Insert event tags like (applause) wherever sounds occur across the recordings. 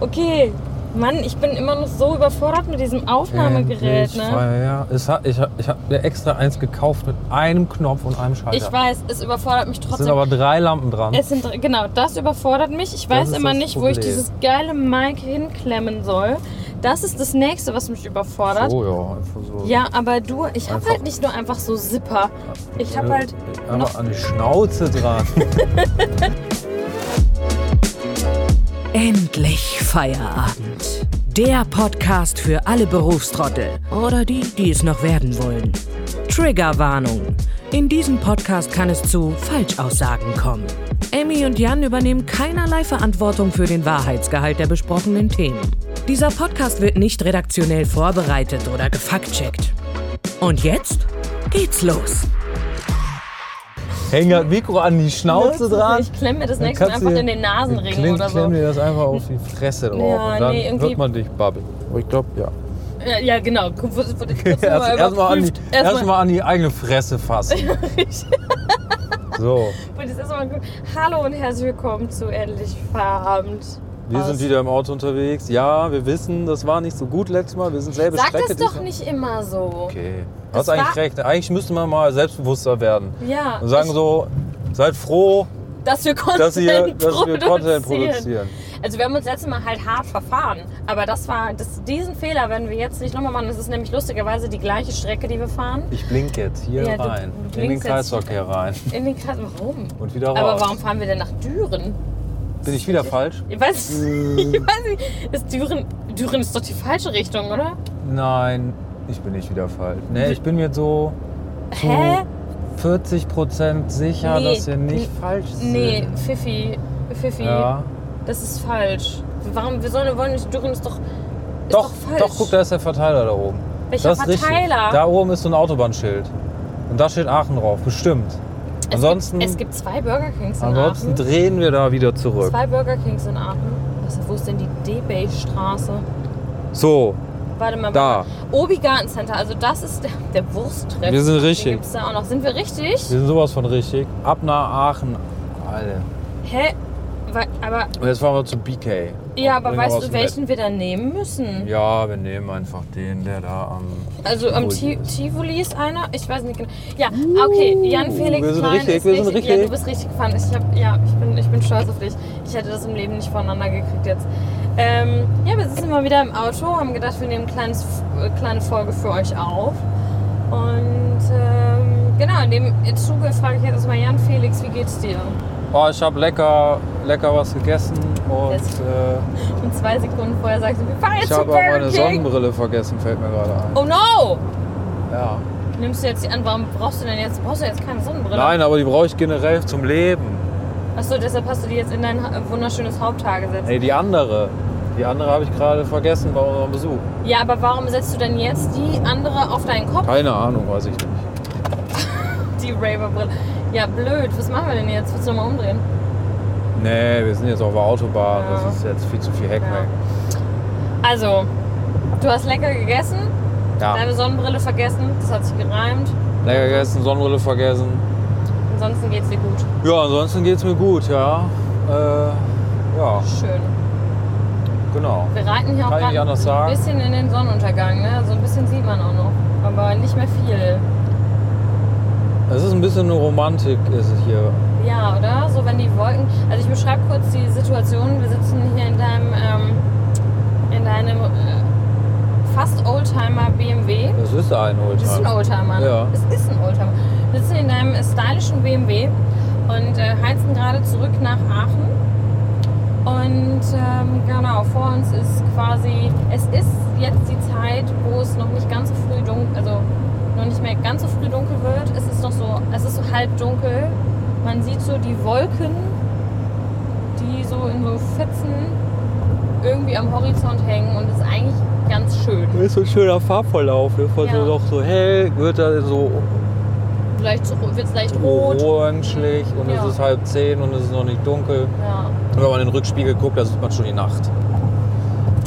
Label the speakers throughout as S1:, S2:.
S1: okay, Mann, ich bin immer noch so überfordert mit diesem Aufnahmegerät.
S2: Endlich
S1: Ne?
S2: Feuer. Es hat, ich ich habe mir extra eins gekauft mit einem Knopf und einem Schalter.
S1: Ich weiß, es überfordert mich
S2: es sind
S1: trotzdem.
S2: aber drei Lampen dran.
S1: Es sind, genau, das überfordert mich. Ich weiß
S2: ist
S1: immer
S2: das
S1: nicht, wo ich
S2: Problem.
S1: dieses geile Mic hinklemmen soll. Das ist das nächste, was mich überfordert.
S2: so, ja, einfach so.
S1: Ja, aber du, ich habe
S2: Einfach.
S1: halt nicht nur einfach so Zipper. Ich habe halt
S2: Aber
S1: noch-
S2: an die
S1: (laughs)
S2: Schnauze dran.
S3: Endlich Feierabend. Der Podcast für alle Berufstrottel oder die, die es noch werden wollen. Triggerwarnung. In diesem Podcast kann es zu Falschaussagen kommen. Emmy und Jan übernehmen keinerlei Verantwortung für den Wahrheitsgehalt der besprochenen Themen. Dieser Podcast wird nicht redaktionell vorbereitet oder gefaktcheckt. Und jetzt geht's los.
S2: Häng das halt Mikro an die Schnauze dran.
S1: Ich klemme mir das
S2: Dann
S1: nächste Mal
S2: kannst
S1: einfach
S2: du-
S1: in den Nasenring
S2: klemm,
S1: oder so.
S2: klemm dir das einfach auf die Fresse drauf
S1: Ja,
S2: und dann
S1: nee, irgendwie-
S2: wird man dich babbeln. Aber Oh, Ich glaube, ja.
S1: Ja, ja, genau. Guck, wurde-
S2: (laughs)
S1: wurde kurz
S2: Erst-
S1: nochmal
S2: Erstmal an, die-
S1: überprüft.
S2: erst mal an die eigene
S1: (laughs)
S2: Fresse fassen. so,
S1: wurde jetzt erstmal geguckt. Hallo und herzlich willkommen zu Endlich Feierabend.
S2: wir
S1: Aus-
S2: sind wieder im Auto unterwegs. Ja, wir wissen, das war nicht so gut letztes Mal. Wir sind selbe
S1: Sag
S2: Strecke.
S1: das doch
S2: diesmal.
S1: nicht immer so.
S2: Okay. Du
S1: Das
S2: hast eigentlich
S1: war-
S2: recht. Eigentlich müsste man mal selbstbewusster werden.
S1: Ja.
S2: Und sagen
S1: ich,
S2: so, seid froh,
S1: dass wir Content,
S2: dass, ihr, dass wir
S1: produzieren.
S2: Content produzieren.
S1: Also wir haben uns letztes Mal halt hart verfahren. Aber das war, das, diesen Fehler werden wir jetzt nicht nochmal machen. Das ist nämlich lustigerweise die gleiche Strecke, die wir fahren.
S2: Ich blink jetzt hier
S1: Ja, du
S2: rein, in den
S1: blinkst jetzt-
S2: Kreisverkehr rein
S1: In den Kreis. Warum?
S2: und wieder raus.
S1: Aber warum fahren wir denn nach Düren?
S2: Bin ich
S1: (laughs)
S2: wieder falsch?
S1: Ich weiß, ich weiß nicht. Ist Düren, Düren ist doch die falsche Richtung, oder?
S2: Nein, ich bin nicht wieder falsch. Nee, ich bin mir so zu
S1: Hä?
S2: 40% sicher,
S1: Nee,
S2: dass wir nicht falsch sind.
S1: Nee, Fifi, Fifi,
S2: Ja.
S1: das ist falsch. Warum, wir sollen, wollen nicht, Düren ist doch, ist
S2: Doch,
S1: doch,
S2: doch,
S1: falsch.
S2: guck, da ist der Verteiler da oben.
S1: Welcher
S2: das ist richtig.
S1: Verteiler?
S2: Da oben ist so ein Autobahnschild. Und da steht Aachen drauf, bestimmt.
S1: es
S2: ansonsten-
S1: Gibt, es gibt zwei Burger Kings in
S2: Ansonsten
S1: Aachen.
S2: drehen wir da wieder zurück.
S1: Zwei Burger Kings in Aachen. Was, wo ist denn die D-Bay-Straße?
S2: So,
S1: Warte mal.
S2: da.
S1: Obi Garten Center, also das ist der, der Wursttreff.
S2: Wir sind
S1: Den
S2: richtig.
S1: Gibt's da auch noch. Sind wir richtig?
S2: Wir sind sowas von richtig. Ab nach Aachen. Alle.
S1: Hä? Weil- Aber,
S2: Und jetzt fahren wir zu BK.
S1: ja, aber
S2: Bringen wir
S1: weißt
S2: aus
S1: du,
S2: dem
S1: welchen wir da nehmen müssen?
S2: Bett. Ja, wir nehmen einfach den, der da am.
S1: Also am Ti-
S2: Tivoli.
S1: Tivoli ist einer. Ich weiß nicht genau. Ja, okay. Jan Felix
S2: Uh, wir sind
S1: Klein
S2: richtig,
S1: ist
S2: wir sind
S1: Ja,
S2: richtig.
S1: du bist richtig gefahren. Ich hab, ja, ich bin, ich bin stolz auf dich. Ich hätte das im Leben nicht voneinander gekriegt jetzt. Ähm, ja, wir sitzen mal wieder im Auto, haben gedacht, wir nehmen eine kleines, äh, kleine Folge für euch auf. Und ähm, genau, in dem Zuge frage ich jetzt erstmal Jan Felix, wie geht's dir?
S2: Oh, ich habe lecker, lecker was gegessen und
S1: Das-
S2: äh,
S1: Und zwei Sekunden vorher sagst du, wir fahren jetzt
S2: ich
S1: zu
S2: habe auch
S1: Burger
S2: meine
S1: King.
S2: Sonnenbrille vergessen, fällt mir gerade ein.
S1: Oh no! Oh.
S2: Ja.
S1: Nimmst du jetzt die an? Warum brauchst du denn jetzt? Brauchst du jetzt keine Sonnenbrille?
S2: Nein, aber die brauche ich generell zum Leben.
S1: Achso, deshalb hast du die jetzt in dein ha- wunderschönes Haupthaar gesetzt.
S2: Nee, die andere. Die andere habe ich gerade vergessen bei unserem Besuch.
S1: Ja, aber warum setzt du denn jetzt die andere auf deinen Kopf,
S2: Keine Ahnung, weiß ich nicht.
S1: die Raver-Brille? Ja, blöd. Was machen wir denn jetzt? Willst du nochmal umdrehen?
S2: Nee, wir sind jetzt auf der Autobahn.
S1: Ja.
S2: Das ist jetzt viel zu viel ne? Heckmeck.
S1: Also, du hast lecker gegessen,
S2: Ja.
S1: deine Sonnenbrille vergessen, das hat sich gereimt.
S2: Lecker gegessen, Sonnenbrille vergessen.
S1: Ansonsten geht's dir gut.
S2: Ja, ansonsten geht's mir gut, ja. Äh, ja,
S1: Schön.
S2: genau.
S1: Wir reiten hier auch
S2: Kann ich nicht
S1: gerade
S2: anders
S1: ein
S2: sagen.
S1: bisschen in den Sonnenuntergang, ne? So ein bisschen sieht man auch noch. Aber nicht mehr viel.
S2: Es ist ein bisschen eine Romantik, ist es hier.
S1: Ja, oder? So, wenn die Wolken. Also, ich beschreibe kurz die Situation. Wir sitzen hier in deinem, ähm, in deinem äh, fast Oldtimer BMW.
S2: Das ist ein
S1: Das ist ein
S2: Oldtimer.
S1: Oldtimer. ne?
S2: Ja.
S1: Es ist ein Oldtimer. Wir sitzen in deinem stylischen BMW und äh, heizen gerade zurück nach Aachen. Und ähm, genau, vor uns ist quasi, es ist jetzt die Zeit, wo es noch nicht ganz so früh dunkel, also noch nicht mehr ganz so früh dunkel wird. Es ist noch so, es ist so halb dunkel. Man sieht so die Wolken, die so in so Fetzen irgendwie am Horizont hängen und es ist eigentlich ganz schön.
S2: Das ist so ein schöner Farbverlauf. Hier wird
S1: Ja.
S2: so doch so hell, wird da so
S1: Vielleicht wird es leicht rot.
S2: orangelich und
S1: Ja.
S2: es ist halb zehn und es ist noch nicht dunkel.
S1: Ja.
S2: Und wenn man in den Rückspiegel guckt, da sieht man schon die Nacht.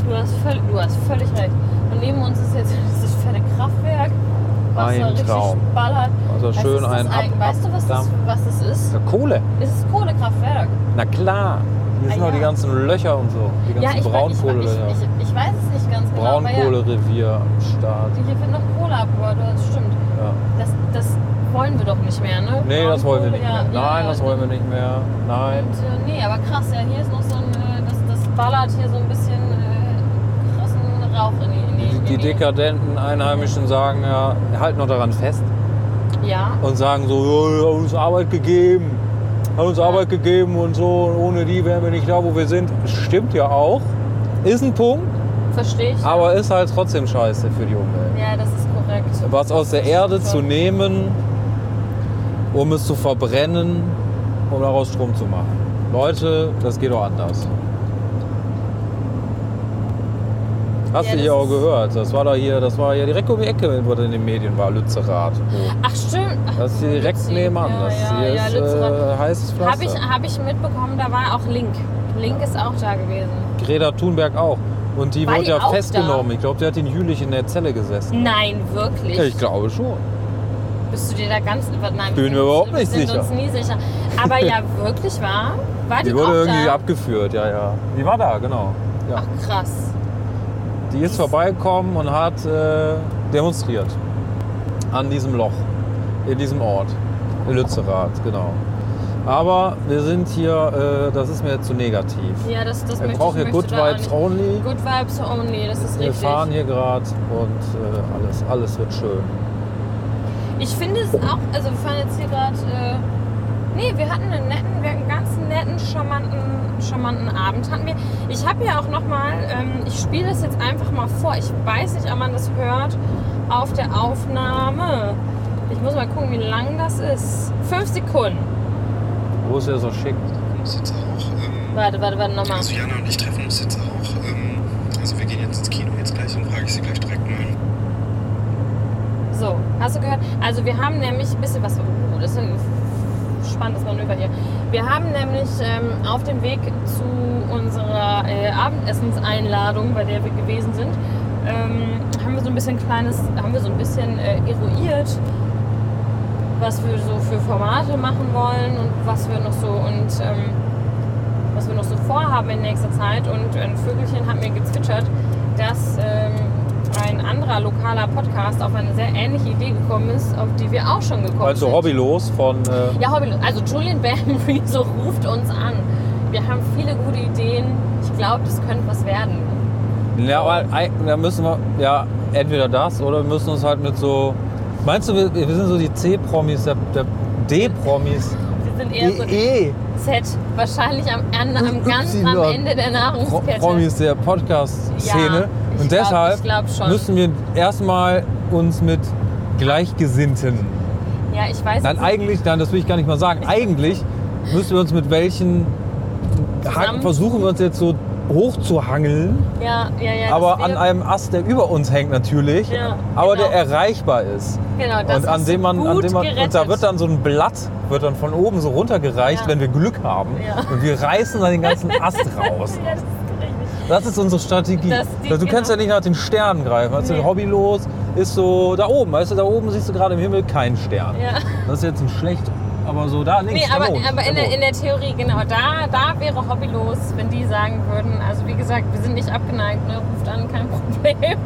S1: Du hast, völ- du hast völlig recht. Und neben uns ist jetzt (laughs) dieses fette Kraftwerk, was
S2: Ein
S1: da richtig
S2: Traum.
S1: ballert.
S2: Also
S1: Was
S2: schön
S1: ist das
S2: ein
S1: eigentlich? Weißt du, was das, was das ist?
S2: Ja, Kohle.
S1: Es ist Kohlekraftwerk.
S2: Na klar. Hier sind
S1: Ah,
S2: noch die
S1: ja.
S2: ganzen Löcher und so. Die
S1: Ja,
S2: ganzen
S1: ich, ich,
S2: Braunkohlelöcher.
S1: ich, ich, ich weiß es nicht ganz genau. aber
S2: Braunkohlerevier am Start.
S1: Ja, hier wird noch Kohle abgebaut, aber das stimmt.
S2: Ja.
S1: Das, das wollen wir doch nicht mehr, ne?
S2: Nee, das wollen wir nicht mehr.
S1: Ja,
S2: Nein,
S1: ja,
S2: das wollen wir nicht mehr. Nein.
S1: Und, äh, nee, aber krass, ja, hier ist noch so ein, äh, das, das ballert hier so ein bisschen äh, krassen Rauch in die, in die, in
S2: Die, die dekadenten Einheimischen sagen ja, halten noch daran fest
S1: Ja,
S2: und sagen so, "Ja, hat uns Arbeit gegeben, hat uns Arbeit gegeben und so, und ohne die wären wir nicht da, wo wir sind. Stimmt ja auch, ist ein Punkt,
S1: verstehe ich.
S2: aber ist halt trotzdem scheiße für die Umwelt.
S1: ja, das ist korrekt.
S2: Was aus der Erde zu
S1: Schon.
S2: nehmen, um es zu verbrennen, um daraus Strom zu machen. Leute, das geht doch anders. Hast
S1: Ja,
S2: du
S1: das
S2: hier auch
S1: ist-
S2: gehört? Das war da hier, das war ja direkt um die Ecke, wo das in den Medien war, Lützerath.
S1: Ach, stimmt. Ach,
S2: Das ist hier direkt
S1: Lützi.
S2: nebenan.
S1: Ja,
S2: Das
S1: ja,
S2: hier
S1: ja,
S2: ist
S1: Lützerath.
S2: äh, heißes Pflaster.
S1: Habe ich, hab ich mitbekommen, da war auch Link. Link ist auch da gewesen.
S2: Greta Thunberg auch. Und die
S1: War
S2: wurde
S1: die
S2: ja
S1: auch
S2: festgenommen. Ich glaube, die hat den Jülich in der Zelle gesessen.
S1: Nein, wirklich.
S2: Ich glaube schon.
S1: Bist du dir da ganz über Nein,
S2: Bin
S1: uns-
S2: mir überhaupt nicht
S1: sind
S2: sicher.
S1: uns nie sicher. Aber ja, (laughs) wirklich wahr? War die,
S2: Die wurde
S1: auch
S2: irgendwie
S1: da?
S2: abgeführt, ja, ja. Die war da, genau. Ja.
S1: Ach krass.
S2: Die ist vorbeigekommen und hat äh, demonstriert. An diesem Loch. In diesem Ort. In Lützerath, genau. Aber wir sind hier, äh, das ist mir jetzt zu negativ.
S1: Ja, das, das
S2: wir
S1: möchte
S2: brauchen
S1: ich
S2: hier
S1: möchte
S2: Good
S1: da auch
S2: Vibes
S1: nicht-
S2: only.
S1: Good Vibes only, das ist
S2: wir
S1: richtig.
S2: fahren hier gerade und äh, alles, alles wird schön.
S1: Ich finde es auch, also wir fahren jetzt hier gerade. Äh, nee, wir hatten einen netten, wir hatten einen ganz netten, charmanten, charmanten Abend. Hatten wir. Ich habe ja auch nochmal, ähm, ich spiele das jetzt einfach mal vor. Ich weiß nicht, ob man das hört auf der Aufnahme. Ich muss mal gucken, wie lang das ist. Fünf Sekunden.
S2: Wo ist er so schick?
S4: uns jetzt auch. Ähm,
S1: Warte, warte, warte, nochmal.
S4: also Jana und ich treffen uns jetzt auch. Ähm, also wir gehen jetzt ins Kino jetzt gleich und frage ich sie gleich direkt mal.
S1: So, hast du gehört? Also wir haben nämlich ein bisschen was. Oh, das ist ein spannendes Manöver hier. Wir haben nämlich ähm, auf dem Weg zu unserer äh, Abendessenseinladung, bei der wir gewesen sind, ähm, haben wir so ein bisschen kleines, haben wir so ein bisschen äh, eruiert, was wir so für Formate machen wollen und was wir noch so und ähm, was wir noch so vorhaben in nächster Zeit. Und ein Vögelchen hat mir gezwitschert, dass ähm, ein anderer lokaler Podcast auf eine sehr ähnliche Idee gekommen ist, auf die wir auch schon gekommen
S2: Also
S1: sind.
S2: hobbylos von. Äh,
S1: Ja, Hobby, also Julian (laughs) Bam-Riese ruft uns an. Wir haben viele gute Ideen. Ich glaube, das könnte was werden.
S2: Ja, aber ei- da müssen wir, ja, entweder das oder wir müssen uns halt mit so. Meinst du, wir, wir sind so die C-Promis, der, der D-Promis,
S1: Wir sind eher so
S2: E-
S1: Z, wahrscheinlich am, an, am ganz am
S2: Y.
S1: Ende der Nahrungskette.
S2: E-Promis der Podcast-Szene.
S1: Ja, ich glaub-
S2: Und deshalb
S1: ich glaub schon.
S2: müssen wir erstmal uns mit Gleichgesinnten.
S1: Ja, ich weiß
S2: Nein,
S1: es
S2: eigentlich, nein, das will ich gar nicht mal sagen. Eigentlich müssen wir uns mit welchen.
S1: Zusammen-
S2: Versuchen wir uns jetzt so hochzuhangeln.
S1: nicht. Ja, ja, ja. das
S2: aber an
S1: wäre-
S2: einem Ast, der über uns hängt natürlich,
S1: Ja,
S2: aber
S1: genau.
S2: der erreichbar ist.
S1: Genau, das
S2: und an
S1: hast
S2: dem
S1: du
S2: man, an
S1: gut
S2: dem man und da
S1: gerettet.
S2: wird dann so ein Blatt wird dann von oben so runtergereicht,
S1: Ja.
S2: wenn wir Glück haben
S1: Ja.
S2: und wir reißen dann den ganzen Ast
S1: Ja,
S2: raus.
S1: das ist richtig.
S2: Das ist unsere Strategie. Also
S1: Das- die-
S2: du kannst
S1: genau.
S2: ja nicht nach den Sternen greifen. Also
S1: Nee.
S2: hobbylos ist so da oben, weißt du, da oben siehst du gerade im Himmel keinen Stern.
S1: Ja.
S2: Das ist jetzt ein schlecht, aber so da Also links.
S1: Nee,
S2: der
S1: aber,
S2: Mond,
S1: aber in, der, in der Theorie, genau, da, da wäre hobbylos, wenn die sagen würden, also wie gesagt, wir sind nicht abgeneigt, ne? ruft an, kein (laughs) Problem.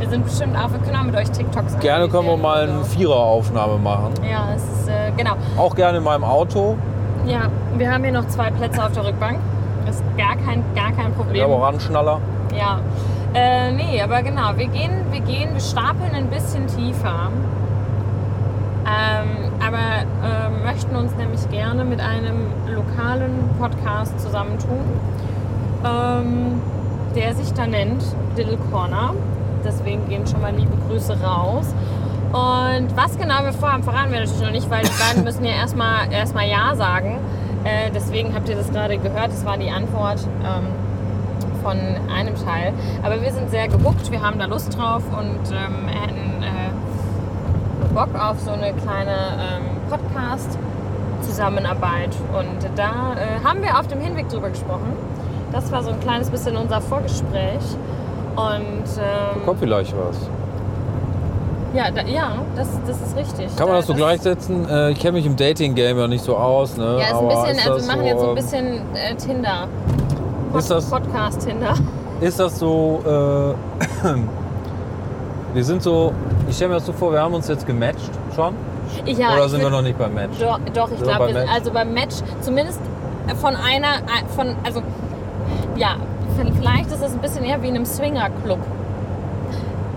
S1: wir sind bestimmt auch, wir können auch mit euch TikToks
S2: Mond. Gerne können wir mal eine
S1: analysieren
S2: Viereraufnahme machen.
S1: und so. Ja, es ist, äh, genau.
S2: Auch gerne in meinem Auto.
S1: Ja, wir haben hier noch zwei Plätze auf der Rückbank. Das ist gar kein, gar kein
S2: Ich
S1: Problem.
S2: habe auch einen Schnaller.
S1: Ja. Äh, nee, aber genau, wir gehen, wir gehen, wir stapeln ein bisschen tiefer. Ähm, aber ähm, möchten uns nämlich gerne mit einem lokalen Podcast zusammentun, ähm, der sich da nennt Little Corner. Deswegen gehen schon mal liebe Grüße raus. Und was genau wir vorhaben, verraten wir natürlich noch nicht, weil die beiden müssen ja erstmal erstmal Ja sagen. Äh, deswegen habt ihr das gerade gehört, das war die Antwort. Ähm, von einem Teil. Aber wir sind sehr gebuckt, wir haben da Lust drauf und ähm, hätten äh, Bock auf so eine kleine ähm, Podcast-Zusammenarbeit. Und da äh, haben wir auf dem Hinweg drüber gesprochen. Das war so ein kleines bisschen unser Vorgespräch. Und ähm,
S2: Kommt vielleicht was.
S1: Ja, da, ja das, das ist richtig.
S2: Kann man das so
S1: Da-
S2: gleichsetzen? Äh, ich kenne mich im Dating-Game ja nicht so aus. Ne?
S1: Ja, ist ein
S2: Aber
S1: bisschen, also
S2: das
S1: wir machen jetzt so ein
S2: ähm,
S1: bisschen äh, Tinder.
S2: Ist das-
S1: Podcast-Tinder.
S2: ist das so, äh, (coughs) wir sind so, ich stelle mir das so vor, wir haben uns jetzt gematcht schon.
S1: Ja,
S2: Oder
S1: ich
S2: sind wir
S1: würd-
S2: noch nicht beim Match?
S1: (laughs) Doch, doch ich
S2: So,
S1: glaube,
S2: beim
S1: wir sind
S2: Match?
S1: also beim Match zumindest äh, von einer, von, also ja, vielleicht ist es ein bisschen eher wie in einem Swingerclub.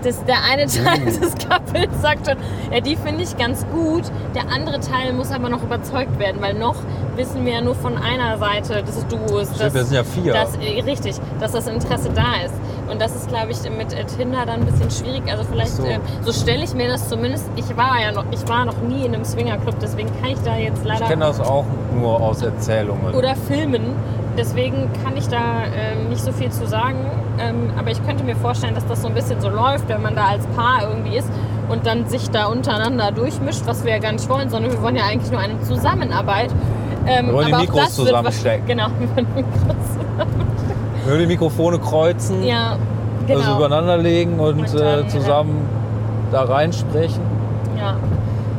S1: Das, der eine
S2: Hm.
S1: Teil (laughs) des Couples sagt schon, ja, die finde ich ganz gut. Der andere Teil muss aber noch überzeugt werden, weil noch wissen wir ja nur von einer Seite des Duos,
S2: Stimmt, wir sind ja vier.
S1: dass, äh, richtig, dass das Interesse da ist. Und das ist, glaube ich, mit äh, Tinder dann ein bisschen schwierig. Also vielleicht,
S2: Ach so.
S1: so, so stelle ich mir das zumindest. Ich war ja noch, ich war noch nie in einem Swingerclub, deswegen kann ich da jetzt
S2: ich kenne
S1: leider
S2: das auch nur aus Erzählungen.
S1: oder filmen. Deswegen kann ich da ähm, nicht so viel zu sagen. Ähm, aber ich könnte mir vorstellen, dass das so ein bisschen so läuft, wenn man da als Paar irgendwie ist und dann sich da untereinander durchmischt, was wir ja gar nicht wollen, sondern wir wollen ja eigentlich nur eine Zusammenarbeit. Ähm,
S2: Wir wollen die
S1: aber auch
S2: Mikros
S1: das wird wa-
S2: zusammenstecken.
S1: Genau, (laughs) wir wollen die Mikros.
S2: Wir würden die Mikrofone kreuzen,
S1: Ja, genau.
S2: also übereinander legen und,
S1: Und dann,
S2: äh, zusammen da reinsprechen.
S1: Ja.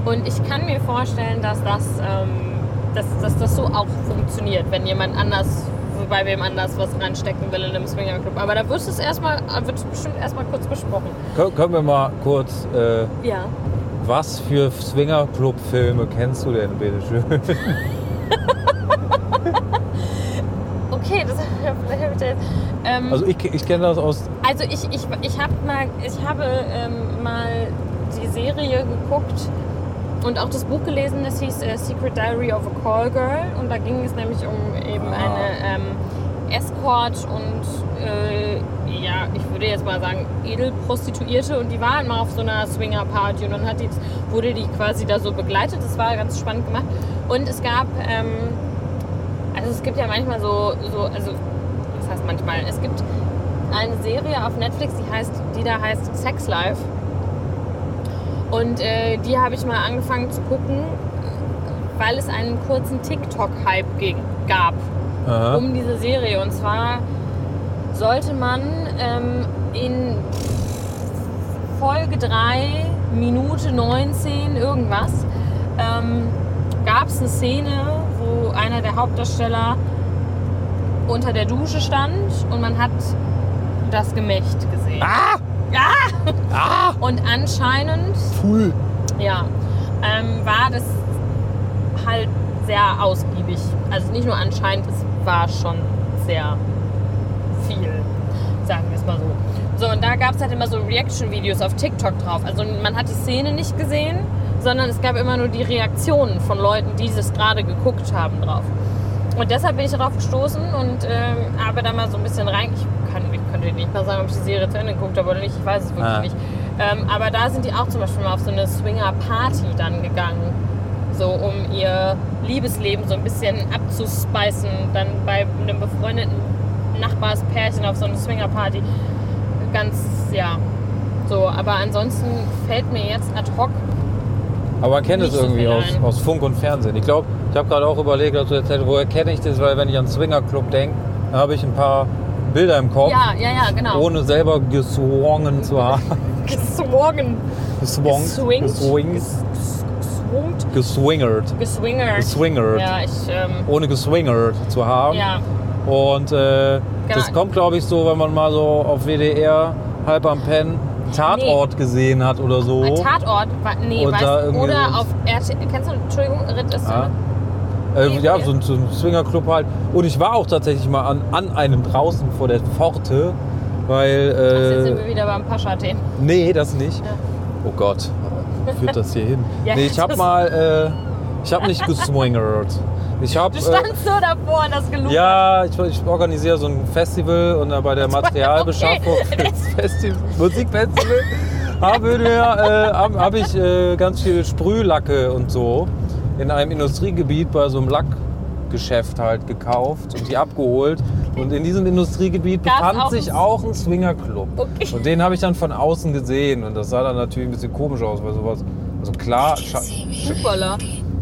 S1: Und ich kann mir vorstellen, dass das, ähm, dass, dass das so auch funktioniert, wenn jemand anders, bei wem anders was reinstecken will in einem Swingerclub. Aber da wird es erstmal, wird es bestimmt erstmal kurz besprochen.
S2: Kö können wir mal kurz, äh,
S1: Ja.
S2: was für Swingerclub-Filme kennst du denn, bitte schön?
S1: Mhm. Okay, das (laughs) vielleicht hab ich da jetzt. Ähm,
S2: Also ich, ich kenne das aus,
S1: Also ich, ich, ich, hab mal, ich habe ähm, mal die Serie geguckt und auch das Buch gelesen, das hieß äh, Secret Diary of a Call Girl. Und da ging es nämlich um eben
S2: Ah.
S1: eine ähm, Escort und äh, ja, ich würde jetzt mal sagen, Edelprostituierte. Und die waren mal auf so einer Swinger-Party und dann hat die, wurde die quasi da so begleitet. Das war ganz spannend gemacht. Und es gab... Ähm, also es gibt ja manchmal so, so also was heißt manchmal? Es gibt eine Serie auf Netflix, die heißt, die da heißt Sex Life. Und äh, die habe ich mal angefangen zu gucken, weil es einen kurzen TikTok-Hype ging- gab
S2: Aha.
S1: um diese Serie. Und zwar sollte man ähm, in Folge 3, Minute 19, irgendwas, ähm, gab es eine Szene, wo einer der Hauptdarsteller unter der Dusche stand und man hat das Gemächt gesehen.
S2: Ah! Ah!
S1: Und anscheinend
S2: Cool.
S1: ja, ähm, war das halt sehr ausgiebig. Also nicht nur anscheinend, es war schon sehr viel, sagen wir es mal so. So, und da gab es halt immer so Reaction-Videos auf TikTok drauf. Also man hat die Szene nicht gesehen, sondern es gab immer nur die Reaktionen von Leuten, die das gerade geguckt haben drauf. Und deshalb bin ich darauf gestoßen und ähm, habe da mal so ein bisschen rein. Ich, kann, ich könnte nicht mal sagen, ob ich die Serie zu Ende geguckt habe oder nicht. Ich weiß es wirklich
S2: Ah.
S1: nicht. Ähm, aber da sind die auch zum Beispiel mal auf so eine Swinger-Party dann gegangen. So, um ihr Liebesleben so ein bisschen abzuspeisen. Dann bei einem befreundeten Nachbarspärchen auf so eine Swinger-Party. Ganz, ja. So, aber ansonsten fällt mir jetzt ad hoc.
S2: Aber man kennt
S1: Nicht
S2: es
S1: so
S2: irgendwie
S1: viel
S2: aus,
S1: ein.
S2: aus Funk und Fernsehen. Ich glaube, ich habe gerade auch überlegt, als du erzählt, hast, woher kenne ich das, weil wenn ich an Swingerclub denke, dann habe ich ein paar Bilder im Kopf,
S1: Ja, ja, ja, genau.
S2: ohne selber geswongen zu haben. (laughs)
S1: Geswungen.
S2: Geswongt,
S1: Geswingt.
S2: geswingt,
S1: Geswungt.
S2: geswingert,
S1: Geswingert.
S2: geswingert,
S1: Ja, ich, ähm,
S2: ohne geswingert zu haben.
S1: ja, Genau.
S2: Und äh, das kommt, glaube ich, so, wenn man mal so auf WDR halb am Pennen Tatort gesehen hat oder so.
S1: Ein Tatort, wa- nee,
S2: Und
S1: weißt,
S2: da irgendwie
S1: oder
S2: so-
S1: auf RTL, kennst du, Entschuldigung, Ritt ist
S2: Ja.
S1: ja.
S2: Äh,
S1: Nee,
S2: ja,
S1: nee.
S2: so ein, so ein Swingerclub halt. Und ich war auch tatsächlich mal an, an einem draußen vor der Pforte,
S1: Jetzt sind
S2: weil.
S1: wir wieder beim Pascha-Themen.
S2: Äh, nee, das nicht.
S1: Ja.
S2: Oh Gott, wie führt das hier hin?
S1: (laughs) Ja,
S2: nee, ich habe
S1: das-
S2: mal. Äh, ich habe nicht geswingert. Ich habe.
S1: Du
S2: Äh,
S1: standst nur davor und hast gelogen.
S2: ja, ich, ich organisiere so ein Festival und da bei der Materialbeschaffung für (laughs) das Festival, Musikfestival habe mir, äh, hab, hab ich äh, ganz viel Sprühlacke und so in einem Industriegebiet bei so einem Lackgeschäft halt gekauft und die abgeholt. Und in diesem Industriegebiet
S1: Gab's
S2: befand
S1: auch
S2: sich
S1: ein-
S2: auch ein Swingerclub.
S1: Okay.
S2: Und den habe ich dann von außen gesehen und das sah dann natürlich ein bisschen komisch aus, weil sowas, also klar, sche-
S1: Hoppala.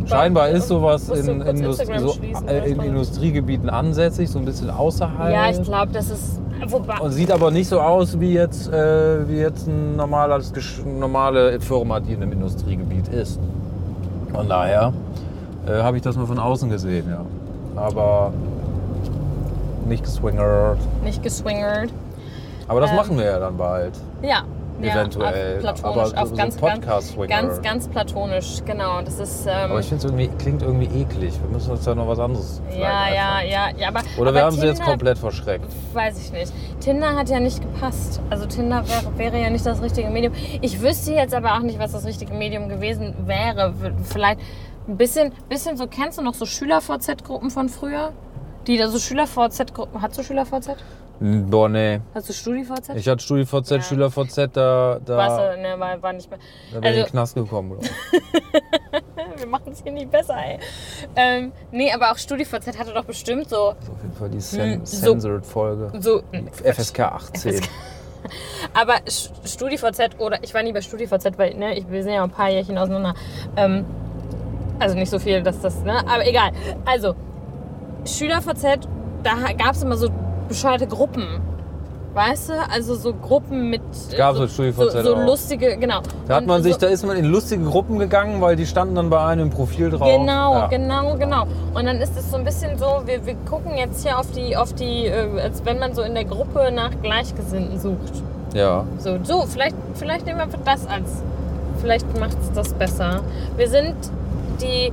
S2: Scheinbar ist sowas
S1: Musst du
S2: in,
S1: kurz
S2: Indust
S1: Instagram
S2: so,
S1: schließen,
S2: äh,
S1: weiß
S2: in
S1: man.
S2: Industriegebieten ansässig, so ein bisschen außerhalb.
S1: Ja, ich glaube, das ist Wobei,
S2: Und sieht aber nicht so aus wie jetzt, äh, wie jetzt ein normales, Gesch- normale Firma, die in einem Industriegebiet ist. Von daher äh, habe ich das nur von außen gesehen, ja. Aber nicht geswingert.
S1: nicht geswingert.
S2: Aber das
S1: Ähm,
S2: machen wir ja dann bald.
S1: Ja.
S2: Eventuell,
S1: Ja, auf platonisch,
S2: aber
S1: auf
S2: so
S1: ganz, ganz,
S2: Podcast-Swinger.
S1: ganz, ganz platonisch, genau. Das ist. Ähm,
S2: Aber ich finde es irgendwie, klingt irgendwie eklig. Wir müssen uns ja noch was anderes
S1: ja,
S2: vielleicht
S1: ja,
S2: einfallen.
S1: ja, ja, aber.
S2: Oder
S1: aber
S2: wir haben sie jetzt
S1: Tinder-
S2: komplett verschreckt.
S1: Weiß ich nicht. Tinder hat ja nicht gepasst. Also Tinder wäre, wäre ja nicht das richtige Medium. Ich wüsste jetzt aber auch nicht, was das richtige Medium gewesen wäre. W- Vielleicht ein bisschen, bisschen so, kennst du noch so Schüler-VZ-Gruppen von früher? Die da so Schüler-VZ-Gruppen. Hast du Schüler-VZ?
S2: Boah, nee.
S1: Hast du Studi-VZ?
S2: Ich hatte Studi-VZ,
S1: Ja.
S2: Schüler-VZ, da,
S1: Warst
S2: da, da
S1: du, ne, war, war nicht mehr.
S2: bin ich in
S1: also-
S2: den Knast gekommen. glaub
S1: (laughs)
S2: ich.
S1: Wir machen es hier nicht besser, ey. Ähm, nee, aber auch StudiVZ hatte doch bestimmt so.
S2: Auf jeden Fall die Cen
S1: Hm, so-
S2: Censored-Folge.
S1: so
S2: FSK 18.
S1: aber S- StudiVZ oder ich war nie bei StudiVZ, weil ne, ich, wir sind ja ein paar Jährchen auseinander. Ähm, also nicht so viel, dass das, ne? Aber egal. Also, SchülerVZ, da gab es immer so bescheuerte Gruppen. Weißt du? Also so Gruppen mit. äh,
S2: gab's mit
S1: so,
S2: StudiVZ
S1: so
S2: auch.
S1: lustige, genau.
S2: Da hat
S1: Und
S2: man sich,
S1: so,
S2: da ist man in lustige Gruppen gegangen, weil die standen dann bei einem im Profil drauf.
S1: Genau,
S2: ja.
S1: genau, genau. Und dann ist es so ein bisschen so, wir, wir gucken jetzt hier auf die, auf die, äh, als wenn man so in der Gruppe nach Gleichgesinnten sucht.
S2: Ja.
S1: So, so vielleicht, vielleicht nehmen wir einfach das als. Vielleicht macht es das besser. Wir sind die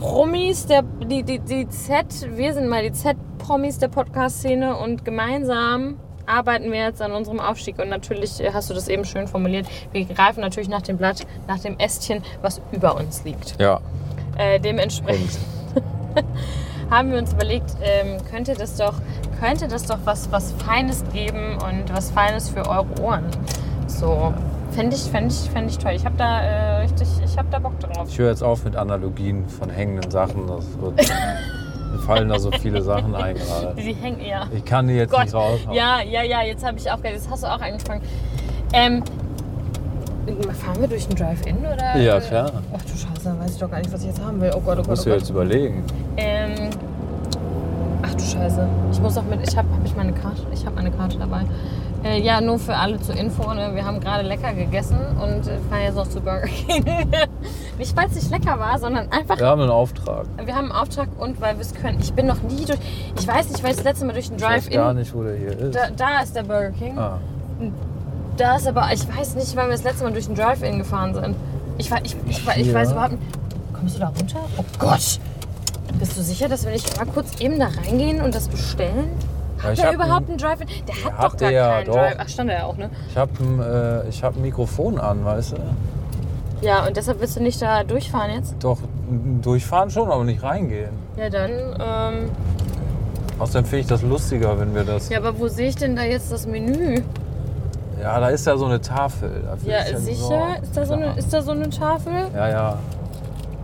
S1: Promis, der, die, die, die Z, wir sind mal die Z-Promis der Podcast-Szene und gemeinsam arbeiten wir jetzt an unserem Aufstieg. Und natürlich äh, hast du das eben schön formuliert. Wir greifen natürlich nach dem Blatt, nach dem Ästchen, was über uns liegt.
S2: Ja.
S1: Äh, dementsprechend haben wir uns überlegt, ähm, könnte das doch, könnte das doch was, was Feines geben und was Feines für eure Ohren. So. Fände ich, fänd ich, fänd ich toll. Ich habe da äh, richtig, ich habe da Bock drauf.
S2: Ich höre jetzt auf mit Analogien von hängenden Sachen. Das wird, mir fallen da so viele Sachen ein gerade.
S1: Die hängen eher. Oh
S2: Ich kann die jetzt
S1: Gott.
S2: nicht raus.
S1: Ja, ja, ja, jetzt habe ich aufgehört. Jetzt hast du auch angefangen. Ähm, fahren wir durch den Drive-In oder?
S2: Ja,
S1: äh,
S2: klar.
S1: Ach du Scheiße, dann weiß ich doch gar nicht, was ich jetzt haben will. Oh Gott, oh Gott,
S2: Musst
S1: oh
S2: du
S1: Gott.
S2: jetzt überlegen.
S1: Ähm, ach du Scheiße. Ich muss auch mit. Ich habe hab ich meine Karte. Ich habe meine Karte dabei. Äh, ja, nur für alle zur Info. Ne? Wir haben gerade lecker gegessen und äh, fahren jetzt noch zu Burger King. (laughs) nicht weil es nicht lecker war, sondern einfach.
S2: Wir haben einen Auftrag.
S1: Wir haben einen Auftrag und weil wir es können. Ich bin noch nie durch. Ich weiß nicht, weil ich das letzte Mal durch den
S2: Ich weiß
S1: Drive-In.
S2: gar nicht, wo der hier ist.
S1: Da, da ist der Burger King.
S2: Ah.
S1: Da ist aber. Ich weiß nicht, weil wir das letzte Mal durch den Drive-In gefahren sind. Ich, wa- ich, ich, wa- ich
S2: Ja.
S1: weiß überhaupt nicht. Kommst du da runter? Oh Gott! Bist du sicher, dass wir nicht mal kurz eben da reingehen und das bestellen?
S2: Ja,
S1: Hat
S2: ich
S1: der
S2: hab
S1: überhaupt einen Drive-In? Der hat
S2: hat
S1: doch gar
S2: der ja,
S1: keinen
S2: doch.
S1: Drive-In. Ach, stand er ja auch, ne?
S2: Ich habe ein, äh, ich hab ein Mikrofon an, weißt du?
S1: Ja, und deshalb willst du nicht da durchfahren jetzt?
S2: Doch, m- durchfahren schon, aber nicht reingehen.
S1: Ja, dann. Ähm,
S2: Außerdem finde ich das lustiger, wenn wir das.
S1: ja, aber wo sehe ich denn da jetzt das Menü?
S2: Ja, da ist ja so eine Tafel. Da finde
S1: Ja,
S2: ich dann
S1: sicher?
S2: so-
S1: ist, da so eine,
S2: Klar.
S1: ist da so eine Tafel?
S2: Ja, ja.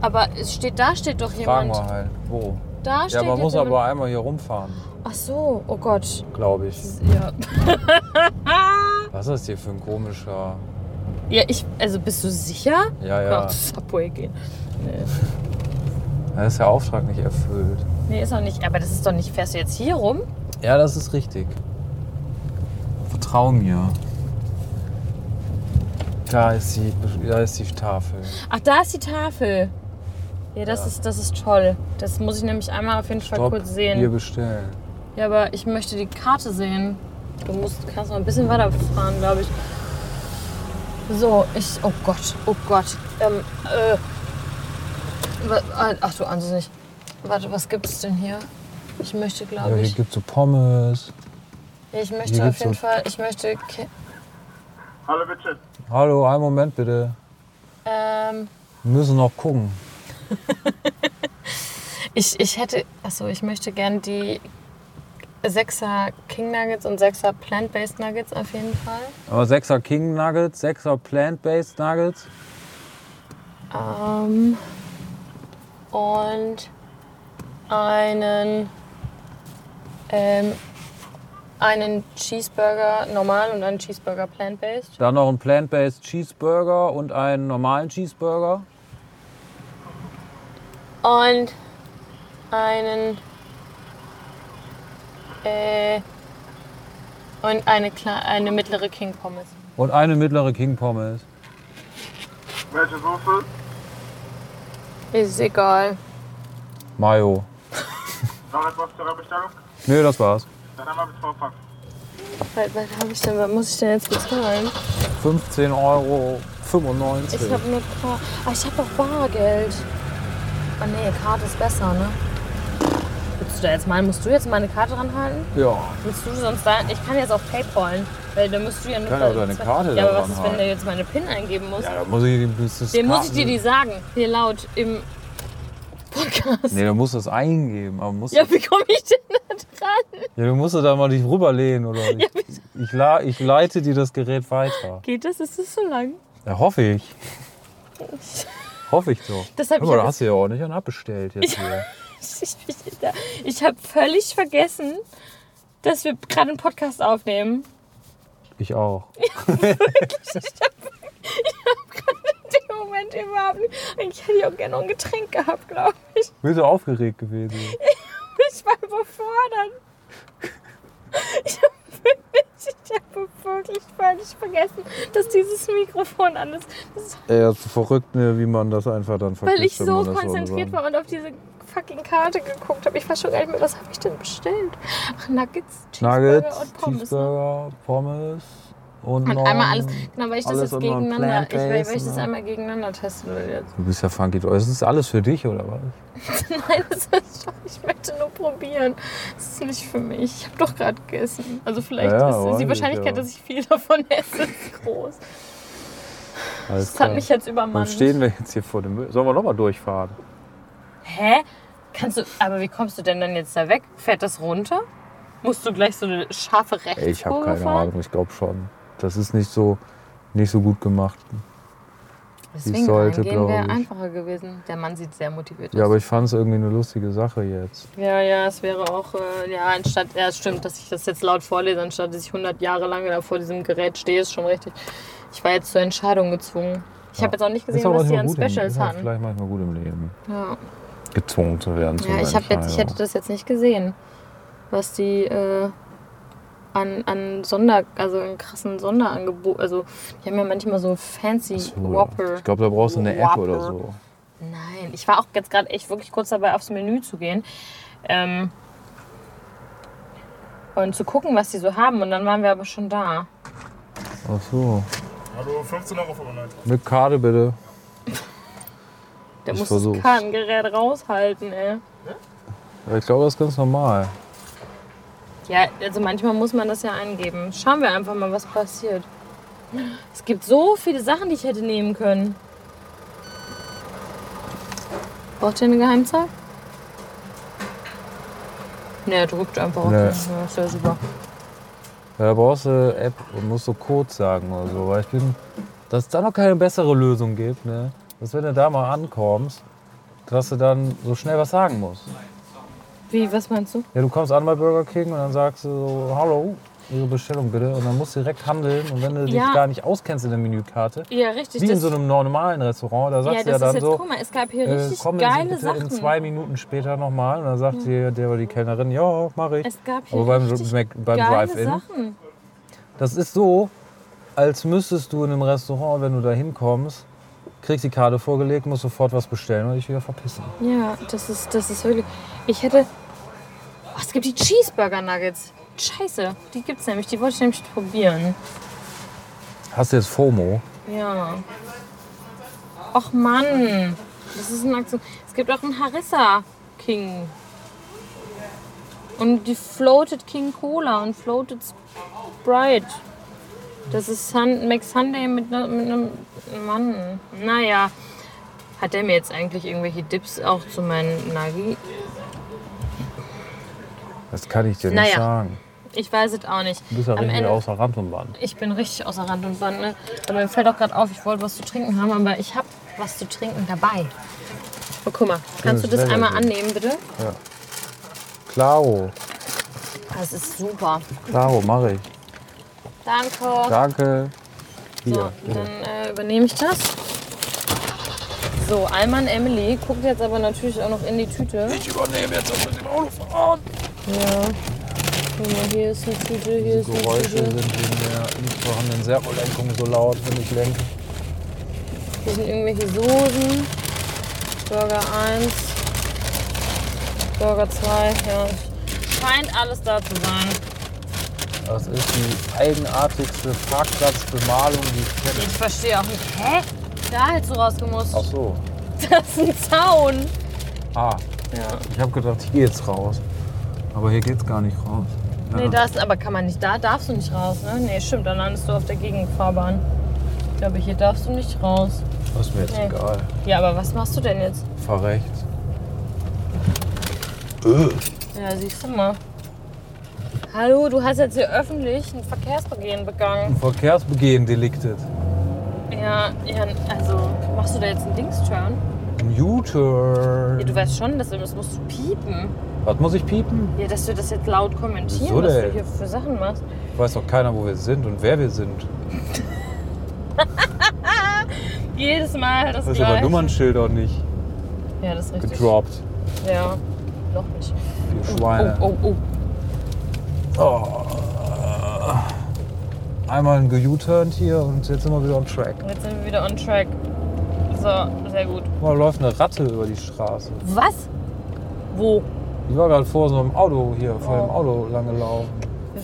S1: Aber es steht, da steht doch
S2: Fragen
S1: jemand.
S2: wir halt. Wo?
S1: Da
S2: Ja,
S1: steht
S2: man
S1: jetzt
S2: muss
S1: jemand.
S2: aber einmal hier rumfahren,
S1: Ach so, oh Gott.
S2: glaube ich.
S1: Ja.
S2: Was ist das hier für ein komischer.
S1: Ja, ich. Also bist du sicher? Oh,
S2: Ja,
S1: Ja.
S2: ja.
S1: Auch zu Subway gehen. Nee.
S2: Da ist der Auftrag nicht erfüllt.
S1: nee, ist doch nicht. Aber das ist doch nicht. Fährst du jetzt hier rum?
S2: Ja, das ist richtig. Vertrau mir. Da ist die, da ist die Tafel.
S1: Ach, da ist die Tafel. Ja, das,
S2: Ja.
S1: Ist, das ist toll. Das muss ich nämlich einmal auf jeden Fall
S2: Stopp,
S1: kurz
S2: Hier
S1: sehen.
S2: bestellen.
S1: Ja, aber ich möchte die Karte sehen. Du musst, kannst noch ein bisschen weiter fahren, glaube ich. So, ich. Oh Gott, oh Gott. Ähm, äh. wa- Ach du ahnst es nicht. Warte, was gibt's denn hier? Ich möchte,
S2: Ja,
S1: glaube
S2: hier
S1: ich.
S2: gibt es so Pommes.
S1: Ja, ich
S2: hier
S1: möchte auf
S2: gibt's
S1: jeden
S2: so-
S1: Fall. Ich möchte. Ke-
S5: Hallo Bitches.
S2: Hallo, einen Moment bitte.
S1: Ähm.
S2: Wir müssen noch gucken.
S1: Ich, ich hätte, achso, ich möchte gern die 6er King Nuggets und 6er Plant-Based Nuggets auf jeden Fall.
S2: Aber 6er King Nuggets, 6er Plant-Based Nuggets.
S1: Ähm, und einen, ähm, einen Cheeseburger normal und einen Cheeseburger Plant-Based.
S2: Dann noch ein Plant-Based Cheeseburger und einen normalen Cheeseburger.
S1: Und einen Äh, und eine, kle- eine mittlere King Pommes.
S2: Und eine mittlere King Pommes.
S5: Welche Soße?
S1: Ist egal.
S2: Mayo.
S5: Noch etwas zur Bestellung?
S2: Nee, das war's.
S5: Dann einmal bis Vorfang.
S1: Was, was, hab ich denn, was muss ich denn jetzt bezahlen?
S2: 15,95 Euro.
S1: Ich habe nur Karte. Ah, ich habe auch Bargeld. Ah nee, Karte ist besser, ne? Willst du da jetzt mal, musst du jetzt meine Karte ranhalten?
S2: Ja.
S1: Willst du sonst da? Ich kann jetzt auch PayPalen, weil da musst du ja nur.
S2: Kann ja auch deine Karte
S1: Ja,
S2: da
S1: aber was ist, wenn
S2: ranhalten.
S1: du jetzt meine PIN eingeben musst?
S2: Ja, da muss ich, das ist
S1: Den muss ich
S2: Karten-
S1: dir die sagen, hier laut im Podcast. (laughs)
S2: Nee, du musst das eingeben. Aber musst, ja.
S1: Ja, wie komme ich denn da dran?
S2: du musst da mal dich
S1: (laughs)
S2: rüberlehnen. Oder ich, ich, la, ich leite dir das Gerät weiter.
S1: Geht das? Ist das so lang?
S2: Ja,
S1: (laughs)
S2: hoffe ich. hoffe ich doch.
S1: Das hab ich
S2: Aber
S1: ja
S2: da hast du ja ordentlich einen abbestellt jetzt hier.
S1: (laughs) Ich, ich, da- ich habe völlig vergessen, dass wir gerade einen Podcast aufnehmen. (laughs)
S2: Ich auch.
S1: In dem Moment überhaupt nicht. Eigentlich hätte ich auch gerne noch ein Getränk gehabt, glaube ich.
S2: Bist du aufgeregt gewesen?
S1: Ich war überfordert. (laughs) Ich habe wirklich, ich hab wirklich völlig vergessen, dass dieses Mikrofon an ist. Das ist
S2: Ey, das ist verrückt, ne, wie man das einfach dann vergisst.
S1: weil ich
S2: wenn
S1: so
S2: man das
S1: konzentriert
S2: sagt.
S1: war und auf diese fucking Karte geguckt habe. Ich weiß schon gar nicht mehr, was habe ich denn bestellt? Ach, Nuggets, Cheeseburger
S2: Nuggets,
S1: und Pommes. ne?
S2: Cheeseburger, Pommes und
S1: Und
S2: noch
S1: einmal alles, genau, weil ich das
S2: alles
S1: jetzt
S2: und noch ein
S1: gegeneinander, ich, weil weil ich
S2: Plant-Based,
S1: das
S2: ne?
S1: einmal gegeneinander testen will jetzt. (laughs)
S2: Du bist ja funky. Oh, Das ist alles für dich, oder was?
S1: Nein, das ist schon, ich möchte nur probieren. Das ist nicht für mich. Ich habe doch gerade gegessen. Also vielleicht
S2: Ja,
S1: ist
S2: weiß
S1: die
S2: ich,
S1: Wahrscheinlichkeit,
S2: ja.
S1: dass ich viel davon (laughs) esse, ist groß.
S2: Alles
S1: Das hat mich jetzt
S2: Warum
S1: übermannt.
S2: stehen wir jetzt hier vor dem Müll? Sollen wir nochmal durchfahren?
S1: Hä? Kannst du, aber wie kommst du denn dann jetzt da weg? Fährt das runter? Musst du gleich so eine scharfe
S2: Ey, ich
S1: Rechtskurve
S2: habe keine
S1: fahren?
S2: Ahnung, ich glaube schon. Das ist nicht so, nicht so gut gemacht.
S1: Deswegen
S2: sollte,
S1: reingehen wäre
S2: glaub ich.
S1: einfacher gewesen. Der Mann sieht sehr motiviert aus.
S2: Ja, aber ich fand es irgendwie eine lustige Sache jetzt.
S1: ja, ja, es wäre auch, äh, ja, anstatt, ja, es stimmt, dass ich das jetzt laut vorlese, anstatt dass ich 100 Jahre lang da vor diesem Gerät stehe, ist schon richtig. Ich war jetzt zur Entscheidung gezwungen. Ich
S2: Ja.
S1: habe jetzt auch nicht
S2: Ist
S1: gesehen,
S2: auch
S1: was die
S2: manchmal
S1: an
S2: gut im-
S1: Specials
S2: ist auch
S1: hatten.
S2: vielleicht manchmal gut im Leben.
S1: Ja,
S2: Gezwungen zu werden. zu
S1: ja
S2: einer
S1: ich, hab jetzt, ich hätte
S2: Entscheidung.
S1: das jetzt nicht gesehen, was die äh, an, an Sonder, also in krassen Sonderangebot, also die haben ja manchmal so fancy
S2: So,
S1: Whopper.
S2: Ich glaube, da brauchst du eine App
S1: Whopper.
S2: oder so.
S1: Nein, ich war auch jetzt gerade echt wirklich kurz dabei, aufs Menü zu gehen ähm, und zu gucken, was die so haben. Und dann waren wir aber schon da.
S2: Ach so.
S5: Hallo, 15 Euro für online.
S2: Eine Karte bitte.
S1: Der
S2: Ich
S1: muss
S2: versuch's.
S1: das Kartengerät raushalten, ey.
S2: Aber Ich glaube, das ist ganz normal.
S1: Ja, also manchmal muss man das ja eingeben. Schauen wir einfach mal, was passiert. Es gibt so viele Sachen, die ich hätte nehmen können. Braucht ihr eine Geheimzahl? Ne, er drückt einfach auf
S2: Nee.
S1: den. Ja, ist ja super.
S2: Ja, da brauchst du eine App und musst so Code sagen oder so. Weil ich bin, dass es da noch keine bessere Lösung gibt, ne? Dass wenn du da mal ankommst, dass du dann so schnell was sagen musst.
S1: Wie, was meinst du?
S2: Ja, du kommst an bei Burger King und dann sagst du so, hallo, Ihre Bestellung bitte. Und dann musst du direkt handeln. Und wenn du
S1: Ja.
S2: dich gar nicht auskennst in der Menükarte,
S1: Ja, richtig.
S2: wie in
S1: das-
S2: so einem normalen Restaurant, da
S1: Ja,
S2: sagst
S1: das
S2: du ja
S1: ist
S2: dann
S1: jetzt,
S2: so,
S1: guck mal, es gab hier
S2: äh,
S1: richtig
S2: kommen Sie
S1: geile
S2: bitte
S1: Sachen.
S2: in zwei Minuten später nochmal. Und dann sagt dir der oder die Kellnerin, ja, mach ich.
S1: Es gab hier
S2: Aber beim,
S1: richtig
S2: Mac- beim
S1: geile
S2: Drive-In
S1: Sachen.
S2: Das ist so, als müsstest du in einem Restaurant, wenn du da hinkommst, kriegst die Karte vorgelegt, musst sofort was bestellen und dich wieder verpissen.
S1: Ja, das ist, das ist wirklich. Ich hätte. Oh, es gibt die Cheeseburger Nuggets. Scheiße, die gibt's nämlich. Die wollte ich nämlich probieren.
S2: Hast du jetzt FOMO?
S1: Ja. Och Mann. Das ist eine Aktion. Es gibt auch einen Harissa King. Und die Floated King Cola und Floated Sprite. Das ist Sun Mac Sunday mit, ne, mit einem Mann. Naja. Hat der mir jetzt eigentlich irgendwelche Dips auch zu meinen Nagi?
S2: Das kann ich dir nicht
S1: Naja.
S2: sagen.
S1: Ich weiß es auch nicht.
S2: Du bist ja
S1: Am
S2: richtig
S1: Ende-
S2: außer Rand und Band.
S1: Ich bin richtig außer Rand und Band. Ne? Aber mir fällt auch gerade auf, ich wollte was zu trinken haben, aber ich habe was zu trinken dabei. Oh, guck mal, kannst du
S2: Schönes
S1: das
S2: Wetter
S1: einmal
S2: hier.
S1: annehmen, bitte?
S2: Klaro,
S1: Das ist super.
S2: klaro, mache ich.
S1: Danke.
S2: Danke.
S1: So,
S2: Hier.
S1: dann äh, übernehme ich das. So, Alman Emily guckt jetzt aber natürlich auch noch in die Tüte.
S2: Ich übernehme jetzt das mit dem Autofahren.
S1: Ja. Guck mal, hier ist eine Tüte, hier
S2: Die
S1: ist eine
S2: Geräusche
S1: Tüte.
S2: sind wegen der nicht vorhandenen Servolenkung so laut, wenn ich lenke.
S1: Hier sind irgendwelche Soßen. Burger 1, Burger 2, ja. Scheint alles da zu sein.
S2: Das ist die eigenartigste Parkplatzbemalung, die ich kenne.
S1: Ich verstehe auch nicht. Hä? Da hättest du rausgemusst.
S2: Ach so.
S1: (laughs) Das ist ein Zaun.
S2: Ah,
S1: Ja.
S2: ich habe gedacht, hier geht's raus. Aber hier geht's gar nicht raus.
S1: Nee, da ist, aber kann man nicht, da darfst du nicht raus, ne? Nee, stimmt, dann landest du auf der Gegenfahrbahn. Ich glaube, hier darfst du nicht raus.
S2: ist mir jetzt
S1: Nee.
S2: egal.
S1: Ja, aber was machst du denn jetzt?
S2: Fahr rechts.
S1: Ja, siehst du mal. Hallo, du hast jetzt hier öffentlich ein Verkehrsvergehen begangen.
S2: Verkehrsbegehen deliktet.
S1: Ja, ja, also machst du da jetzt einen Dings-Turn?
S2: Ein U-Turn.
S1: Ja, du weißt schon, dass wir- das musst du piepen.
S2: Was muss ich piepen?
S1: Ja, dass wir das jetzt laut kommentieren,
S2: Wieso
S1: was du
S2: denn?
S1: hier für Sachen machst.
S2: Weiß doch keiner, wo wir sind und wer wir sind.
S1: Jedes Mal das,
S2: Das ist aber
S1: gleiche.
S2: Nummernschild auch nicht
S1: Ja, das ist richtig.
S2: gedroppt.
S1: Ja, noch nicht.
S2: Die Schweine.
S1: Oh, oh, oh.
S2: Einmal ein U-Turn hier und jetzt sind wir wieder on track.
S1: Jetzt sind wir wieder on track. So, sehr gut.
S2: Da läuft eine Ratte über die Straße.
S1: Was? Wo?
S2: Die war gerade vor so einem Auto hier, vor
S1: Oh.
S2: dem Auto lang gelaufen.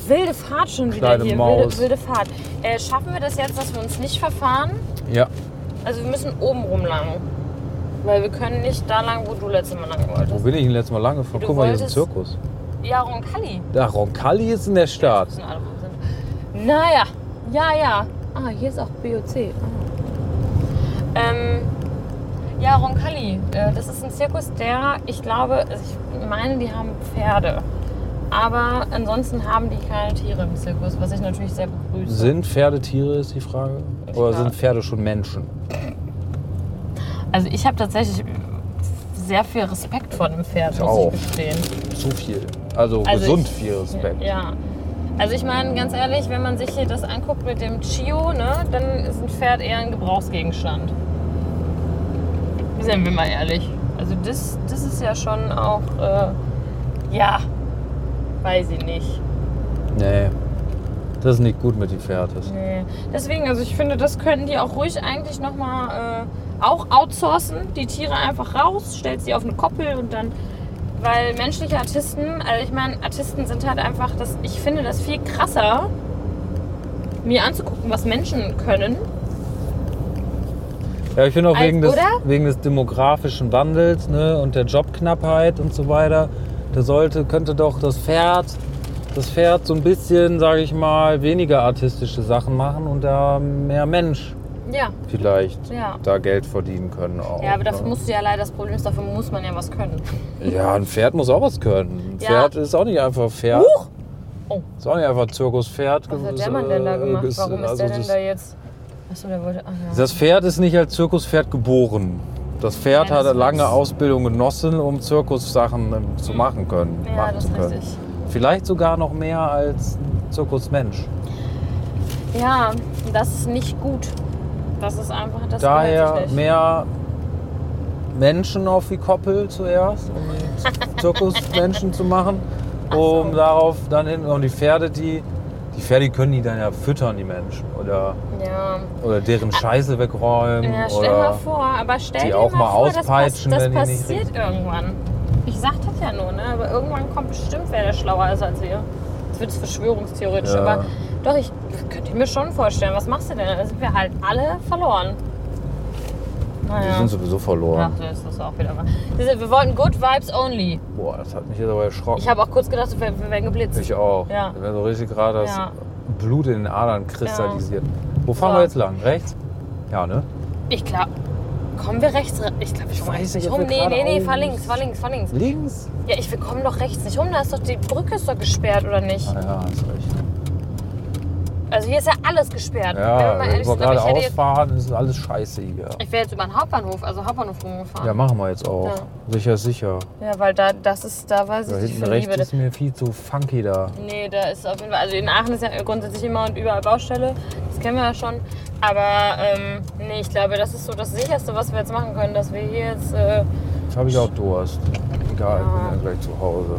S1: Wilde Fahrt schon wieder
S2: Kleine
S1: hier. Wilde,
S2: Maus.
S1: wilde Fahrt. Äh, schaffen wir das jetzt, dass wir uns nicht verfahren?
S2: Ja.
S1: Also wir müssen oben rum lang. Weil wir können nicht da lang, wo du letztes Mal lang
S2: Wo
S1: wolltest.
S2: bin ich denn letztes Mal lang gefahren?
S1: Du
S2: Guck mal, hier ist ein
S1: wolltest-
S2: Zirkus.
S1: Ja, Roncalli.
S2: Da, Roncalli ist in der Stadt.
S1: Müssen alle rum sind. Naja, ja, ja. Ah, hier ist auch BOC. Ah. Ähm, ja, Roncalli. Äh, das ist ein Zirkus, der, ich glaube, also ich meine, die haben Pferde. Aber ansonsten haben die keine Tiere im Zirkus, was ich natürlich sehr begrüße.
S2: Sind Pferde Tiere, ist die Frage? Oder
S1: Ja.
S2: sind Pferde schon Menschen?
S1: Also ich habe tatsächlich sehr viel Respekt vor dem Pferd,
S2: Ich
S1: muss
S2: auch.
S1: ich gestehen.
S2: Zu viel. Also,
S1: Also
S2: gesund
S1: ich-
S2: viel Respekt.
S1: Ja. Also ich meine, ganz ehrlich, wenn man sich hier das anguckt mit dem Chio, ne, dann ist ein Pferd eher ein Gebrauchsgegenstand. Seien wir mal ehrlich. Also das, das ist ja schon auch, äh, ja, weiß ich nicht.
S2: Nee. Das ist nicht gut mit den Pferden.
S1: Nee. Deswegen, also ich finde, das können die auch ruhig eigentlich nochmal äh, auch outsourcen. Die Tiere einfach raus, stellst sie auf eine Koppel und dann. Weil menschliche Artisten, also ich meine, Artisten sind halt einfach, das, ich finde das viel krasser, mir anzugucken, was Menschen können.
S2: Ja, ich finde auch
S1: Als-
S2: wegen des,
S1: oder?
S2: wegen des demografischen Wandels ne, und der Jobknappheit und so weiter, da sollte, könnte doch das Pferd, das Pferd so ein bisschen, sage ich mal, weniger artistische Sachen machen und da mehr Mensch
S1: Ja,
S2: vielleicht
S1: ja.
S2: da Geld verdienen können auch.
S1: Ja, aber dafür
S2: ne?
S1: musst du ja leider, das Problem ist, dafür muss man ja was können.
S2: Ja, ein Pferd muss auch was können. Ein
S1: Ja.
S2: Pferd ist auch nicht einfach Pferd. Huch!
S1: Oh.
S2: Ist auch nicht einfach Zirkuspferd.
S1: Was hat
S2: Ist,
S1: der Mann denn da
S2: äh,
S1: gemacht?
S2: ist,
S1: Warum ist
S2: also
S1: der denn
S2: das-
S1: da jetzt? Achso, der wollte. Ach, ja.
S2: Das Pferd ist nicht als Zirkuspferd geboren. Das Pferd
S1: Ja, das
S2: hat eine lange
S1: ist-
S2: Ausbildung genossen, um Zirkussachen ähm, zu machen können.
S1: Ja,
S2: machen
S1: das
S2: zu
S1: ist
S2: können.
S1: richtig.
S2: Vielleicht sogar noch mehr als ein Zirkusmensch.
S1: Ja, das ist nicht gut. Das ist einfach das gehört
S2: Daher
S1: sich nicht.
S2: mehr Menschen auf die Koppel zuerst,
S1: (laughs)
S2: um Zirkusmenschen zu machen, um darauf dann hin. Und die Pferde, die. Die Pferde die können die dann ja füttern, die Menschen. Oder,
S1: Ja,
S2: oder deren Scheiße wegräumen.
S1: ja stell mal
S2: oder
S1: vor, aber stell
S2: die
S1: dir
S2: auch mal
S1: mal vor, das, pass,
S2: auspeitschen,
S1: das
S2: wenn die nicht
S1: passiert irgendwann. Ich sag das ja nur, ne? aber irgendwann kommt bestimmt wer, der schlauer ist als wir. Jetzt wird es verschwörungstheoretisch,
S2: Ja.
S1: aber doch, ich könnte mir schon vorstellen, was machst du denn? Da sind wir halt alle verloren.
S2: die
S1: Naja,
S2: sind sowieso verloren.
S1: ach, so ist das auch wieder mal. Siehst du, Wir wollten Good Vibes Only.
S2: Boah, das hat mich jetzt aber erschrocken.
S1: Ich habe auch kurz gedacht, wir wir werden geblitzt.
S2: Ich auch.
S1: Ja.
S2: Wenn so richtig gerade das
S1: Ja.
S2: Blut in den Adern kristallisiert. Wo fahren
S1: So.
S2: wir jetzt lang? Rechts? Ja, ne?
S1: Ich glaube, kommen wir rechts? re- Ich glaube, ich, komm
S2: weiß
S1: rechts
S2: nicht, ob
S1: rum.
S2: wir
S1: Nee, nee, nee,
S2: geradeaus-
S1: fahr links, fahr links, fahr links.
S2: Links?
S1: Ja, ich, wir kommen doch rechts nicht rum. Da ist doch die Brücke ist doch gesperrt, oder nicht?
S2: Ah, ja, hast recht.
S1: Also hier ist ja alles gesperrt. Wenn
S2: Ja,
S1: wir mal ehrlich
S2: wenn wir
S1: sind, aber
S2: gerade
S1: ich, hätte jetzt,
S2: ausfahren, ist alles scheiße hier.
S1: ich wäre jetzt über den Hauptbahnhof, also Hauptbahnhof rumgefahren.
S2: Ja, machen wir jetzt auch. Sicher, ist sicher.
S1: Ja, weil da, das ist, da weiß
S2: Da
S1: ich nicht,
S2: hinten
S1: für
S2: rechts
S1: Liebe.
S2: ist mir viel zu funky da.
S1: Nee, da ist auf jeden Fall, also in Aachen ist ja grundsätzlich immer und überall Baustelle. Das kennen wir ja schon. Aber ähm, nee, ich glaube, das ist so das Sicherste, was wir jetzt machen können, dass wir hier jetzt, äh,
S2: Jetzt habe ich auch Durst. Egal, ich
S1: Ja.
S2: bin ja gleich zu Hause.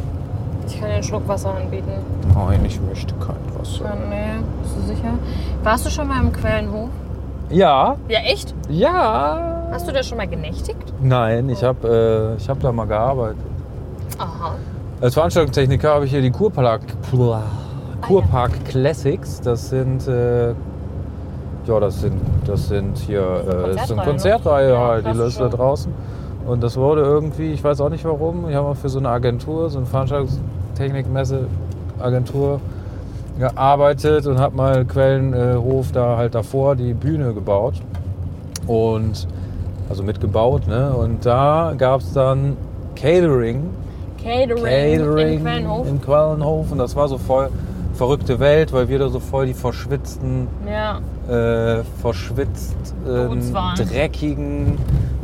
S1: Ich kann dir einen Schluck Wasser anbieten.
S2: Nein, ich möchte kein Wasser.
S1: Kann, nee, bist du sicher? Warst du schon mal im Quellenhof?
S2: Ja,
S1: Ja, echt?
S2: ja.
S1: Hast du da schon mal genächtigt?
S2: Nein, ich habe äh, ich hab da mal gearbeitet.
S1: Aha.
S2: Als Veranstaltungstechniker habe ich hier die Kurpark, Pla- Kurpark Classics. Das sind, äh, ja, das sind, das sind hier, äh, das ist eine
S1: Konzertreihe, ne?
S2: Konzertreihe
S1: Ja,
S2: halt, die
S1: klassisch,
S2: läuft
S1: ja.
S2: da draußen. Und das wurde irgendwie, ich weiß auch nicht warum, ich habe mal für so eine Agentur, so eine Veranstaltungstechnikmesse-Agentur gearbeitet und habe mal Quellenhof da halt davor die Bühne gebaut und also mitgebaut, ne? Und da gab es dann Catering
S1: Catering,
S2: Catering
S1: im Quellenhof.
S2: im Quellenhof. Und das war so voll verrückte Welt, weil wir da so voll die verschwitzten,
S1: ja.
S2: äh, verschwitzt,
S1: Dudes
S2: ähm,
S1: waren.
S2: dreckigen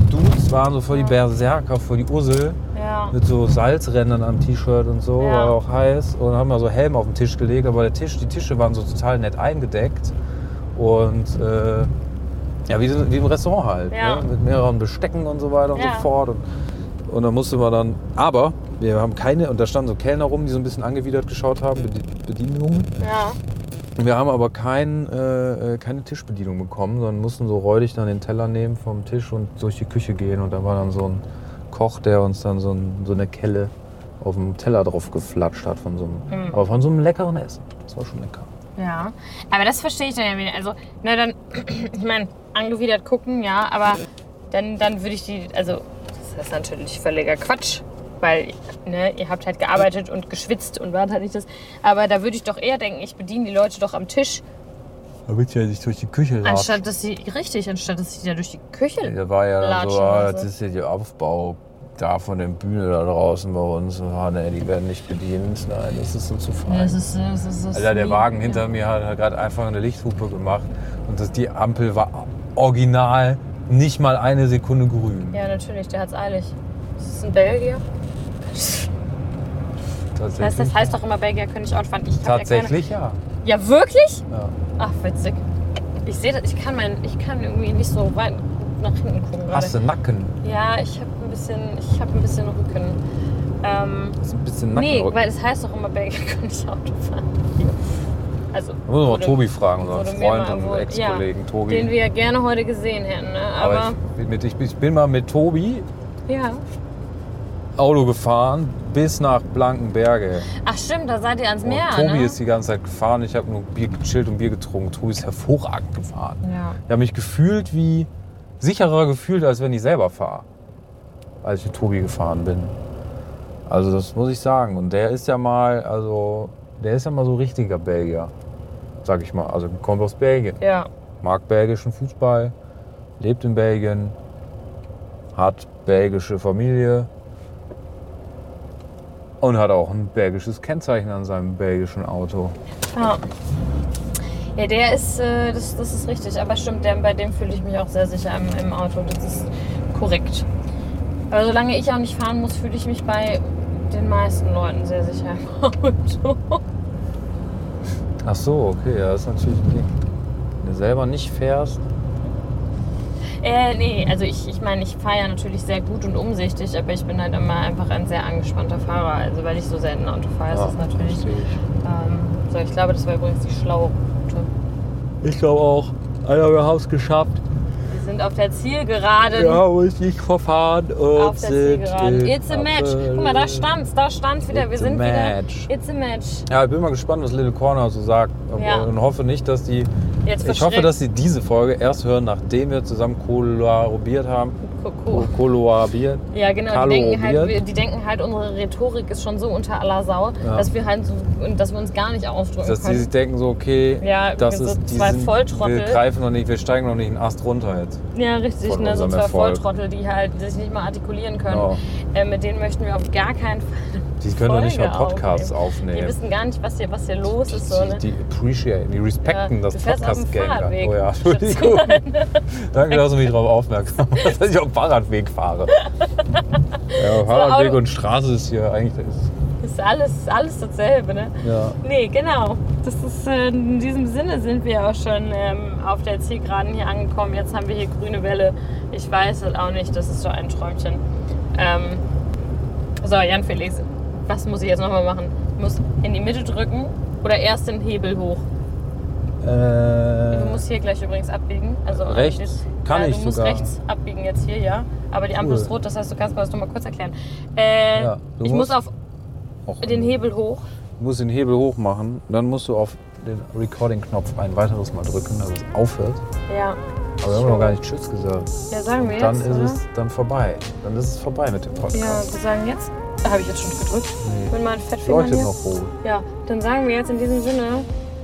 S2: Dudes waren, so voll die Berserker, voll die Ursel.
S1: Ja.
S2: Mit so Salzrändern am T-Shirt und so,
S1: Ja.
S2: war auch heiß. Und haben da so Helme auf den Tisch gelegt, aber der Tisch, die Tische waren so total nett eingedeckt. Und äh, ja, wie, so- wie im Restaurant halt.
S1: Ja.
S2: Ne? Mit mehreren Bestecken und so weiter und
S1: Ja.
S2: so fort. Und, und dann musste man dann. Aber wir haben keine, und da standen so Kellner rum, die so ein bisschen angewidert geschaut haben, Bedi- Bedienungen.
S1: Ja.
S2: Wir haben aber kein, äh, äh, keine Tischbedienung bekommen, sondern mussten so räudig dann den Teller nehmen vom Tisch und durch die Küche gehen. Und da war dann so ein Koch, der uns dann so, ein, so eine Kelle auf dem Teller drauf geflatscht hat von so einem,
S1: Hm.
S2: aber von so einem leckeren Essen. Das war schon lecker.
S1: Ja, aber das verstehe ich dann ja wieder. Also, na dann, (clears throat) ich meine, angewidert gucken, ja, aber dann, dann würde ich die, also, das ist natürlich völliger Quatsch, weil, ne, ihr habt halt gearbeitet und geschwitzt und wart halt nicht das. Aber da würde ich doch eher denken, ich bediene die Leute doch am Tisch,
S2: Damit ja sich durch die Küche
S1: anstatt dass sie, richtig, anstatt dass sie da durch die Küche.
S2: Da war ja dann so,
S1: Latschen oder
S2: ah, das
S1: so.
S2: ist ja der Aufbau da von der Bühne da draußen bei uns. Ah, nee, die werden nicht bedient. Nein, das ist uns zu fein.
S1: Das ist, das ist, das ist
S2: Alter, Also der
S1: nie-
S2: Wagen hinter mir hat, hat gerade einfach eine Lichthupe gemacht und das, die Ampel war original nicht mal eine Sekunde grün.
S1: Ja, natürlich, der hat's eilig. Ist das in Belgier? Das, das heißt doch immer, Belgier können nicht Autofahren. Ich hab
S2: Tatsächlich ja.
S1: Ja, keine... ja wirklich?
S2: ja.
S1: Ach, witzig. Ich sehe das, ich kann mein, ich kann irgendwie nicht so weit nach hinten gucken gerade.
S2: Hast du Nacken?
S1: Ja, ich habe ein bisschen, ich habe ein bisschen Rücken. Ähm,
S2: Hast du ein bisschen Nacken?
S1: nee, weil es heißt doch immer, Belgier (laughs) können nicht Auto fahren. Also,
S2: da muss man mal
S1: wurde-
S2: Tobi fragen, unseren
S1: wurde mir
S2: Freund
S1: mal
S2: und
S1: wohl-
S2: Ex-Kollegen Tobi.
S1: den wir gerne heute gesehen hätten, ne?
S2: Aber,
S1: Aber,
S2: ich, mit, ich, ich bin mal mit Tobi
S1: ja.
S2: Auto gefahren bis nach Blankenberge.
S1: Ach stimmt, da seid ihr ans
S2: Und
S1: Meer,
S2: Tobi
S1: ne?
S2: ist die ganze Zeit gefahren. Ich habe nur Bier gechillt und Bier getrunken. Tobi ist hervorragend gefahren.
S1: ja.
S2: Ich habe mich gefühlt wie sicherer gefühlt, als wenn ich selber fahre, als ich mit Tobi gefahren bin. Also das muss ich sagen. Und der ist ja mal, also der ist ja mal so richtiger Belgier, sag ich mal. Also kommt aus Belgien,
S1: Ja.
S2: mag belgischen Fußball, lebt in Belgien, hat belgische Familie und hat auch ein belgisches Kennzeichen an seinem belgischen Auto.
S1: Ja. Ja, der ist, äh, das, das ist richtig. Aber stimmt, der, bei dem fühle ich mich auch sehr sicher im, im Auto. Das ist korrekt. Aber solange ich auch nicht fahren muss, fühle ich mich bei den meisten Leuten sehr sicher im (laughs) Auto.
S2: Ach so, okay, ja, das ist natürlich ein Ding. Wenn du selber nicht fährst,
S1: Äh, nee, also ich ich, meine, ich fahre ja natürlich sehr gut und umsichtig, aber ich bin halt immer einfach ein sehr angespannter Fahrer. Also weil ich so selten Auto fahre, ist
S2: Ja,
S1: das natürlich.
S2: verstehe ich.
S1: Ähm, so, ich glaube, das war übrigens die schlaue Route.
S2: Ich glaube auch. Alter, wir haben es geschafft.
S1: Wir sind auf der Zielgeraden.
S2: Wir haben uns nicht verfahren.
S1: auf der Zielgeraden. It's a match. Guck mal, da stand's, da stand wieder. Wir
S2: It's a
S1: sind wieder.
S2: match.
S1: It's a match.
S2: Ja, ich bin mal gespannt, was Little Corner so sagt.
S1: Ja.
S2: Und hoffe nicht, dass die.
S1: Jetzt
S2: ich hoffe,
S1: verschreckt.
S2: dass sie diese Folge erst hören, nachdem wir zusammen kollaboriert haben. Oh.
S1: Coco.
S2: Kollaboriert.
S1: Oh. Ja, genau.
S2: Carlo
S1: Die denken, halt,
S2: Biert.
S1: wir- die denken halt, unsere Rhetorik ist schon so unter aller Sau,
S2: Ja.
S1: dass wir halt so, und dass wir uns gar nicht ausdrücken
S2: Dass die
S1: können.
S2: sich denken, so, okay,
S1: Ja,
S2: das
S1: wir
S2: ist
S1: sind
S2: die
S1: zwei
S2: sind-
S1: Volltrottel.
S2: Wir greifen noch nicht, wir steigen noch nicht einen Ast runter jetzt.
S1: ja, richtig.
S2: von
S1: Ne? So
S2: unserem
S1: zwei
S2: Erfolg.
S1: Volltrottel, die halt sich nicht mal artikulieren können.
S2: Genau.
S1: Äh, mit denen möchten wir auf gar keinen Fall.
S2: Die können doch nicht mal
S1: Folge
S2: Podcasts
S1: Die
S2: aufnehmen.
S1: wissen gar nicht, was hier, was hier los ist. So, ne?
S2: Die, die appreciaten, die respekten
S1: Ja,
S2: das
S1: du fährst auf dem
S2: Podcast-Gang.
S1: Fahrradweg. um
S2: Oh ja, Entschuldigung. Danke, dass du mich darauf aufmerksam machst, dass ich auf dem Fahrradweg fahre. Ja, Fahrradweg
S1: Auto-
S2: und Straße ist hier eigentlich. das Ist,
S1: Ist alles, ist alles dasselbe, ne?
S2: ja.
S1: Nee, genau. Das ist, äh, in diesem Sinne sind wir auch schon ähm, auf der Zielgeraden hier angekommen. Jetzt haben wir hier grüne Welle. Ich halt weiß es auch nicht, das ist so ein Träumchen. Ähm, so, Jan Felix, was muss ich jetzt nochmal machen? Ich muss in die Mitte drücken oder erst den Hebel hoch. Du
S2: Äh,
S1: musst hier gleich übrigens abbiegen. Also
S2: Rechts? Kann
S1: ja,
S2: ich
S1: Du musst
S2: sogar.
S1: rechts abbiegen jetzt hier, ja. Aber die Ampel
S2: Cool.
S1: ist rot, das heißt, du kannst mir das nochmal kurz erklären. Äh,
S2: Ja, du
S1: ich muss
S2: musst-
S1: auf
S2: auch
S1: den Hebel hoch.
S2: Du musst den Hebel hoch machen, dann musst du auf den Recording-Knopf ein weiteres Mal drücken, dass es aufhört.
S1: Ja.
S2: Aber wir haben noch gar nicht Tschüss gesagt.
S1: Ja, sagen wir
S2: Dann
S1: jetzt,
S2: ist
S1: oder?
S2: es dann vorbei. Dann ist es vorbei mit dem
S1: Ja,
S2: Podcast.
S1: wir sagen jetzt. Habe ich jetzt schon gedrückt?
S2: Nee.
S1: Wenn man Fettfinger
S2: Leuchtet
S1: hier.
S2: noch rot.
S1: Ja, dann sagen wir jetzt in diesem Sinne,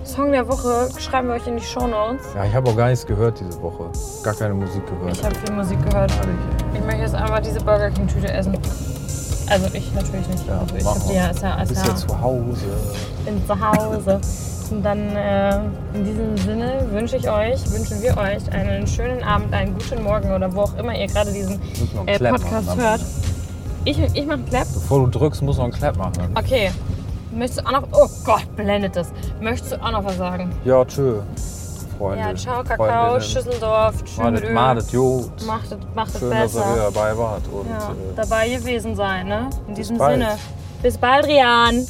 S1: Song der Woche schreiben wir euch in die Shownotes.
S2: Ja, ich habe auch gar nichts gehört diese Woche. Gar keine Musik gehört.
S1: Ich habe viel Musik gehört.
S2: Gar nicht, ey.
S1: Ich möchte jetzt einfach diese Burger King Tüte essen. Also ich natürlich nicht.
S2: Ja,
S1: also ich
S2: mach
S1: hab
S2: mal.
S1: die ja, ist ja,
S2: Du
S1: ist
S2: bist ja
S1: ja,
S2: zu Hause.
S1: bin zu Hause. Und dann äh, in diesem Sinne wünsche ich euch, wünschen wir euch einen schönen Abend, einen guten Morgen oder wo auch immer ihr gerade diesen
S2: Muss noch einen
S1: äh,
S2: Clap
S1: Podcast
S2: machen,
S1: hört. Ich, ich mache einen Clap.
S2: Bevor du drückst, musst du noch einen Clap machen. Dann.
S1: Okay. Möchtest du auch noch. Oh Gott, blendet das. Möchtest du auch noch was sagen?
S2: Ja, tschö. Freunde.
S1: Ja, ciao, Kakao,
S2: Freundinnen.
S1: Schüsseldorf,
S2: Madet,
S1: Tschüss.
S2: madet, gut.
S1: Macht es, macht es
S2: Schön, dass ihr
S1: besser.
S2: wieder dabei wart. Und,
S1: Ja,
S2: äh,
S1: dabei gewesen sein, ne? In diesem
S2: bald.
S1: Sinne. Bis bald, Rian.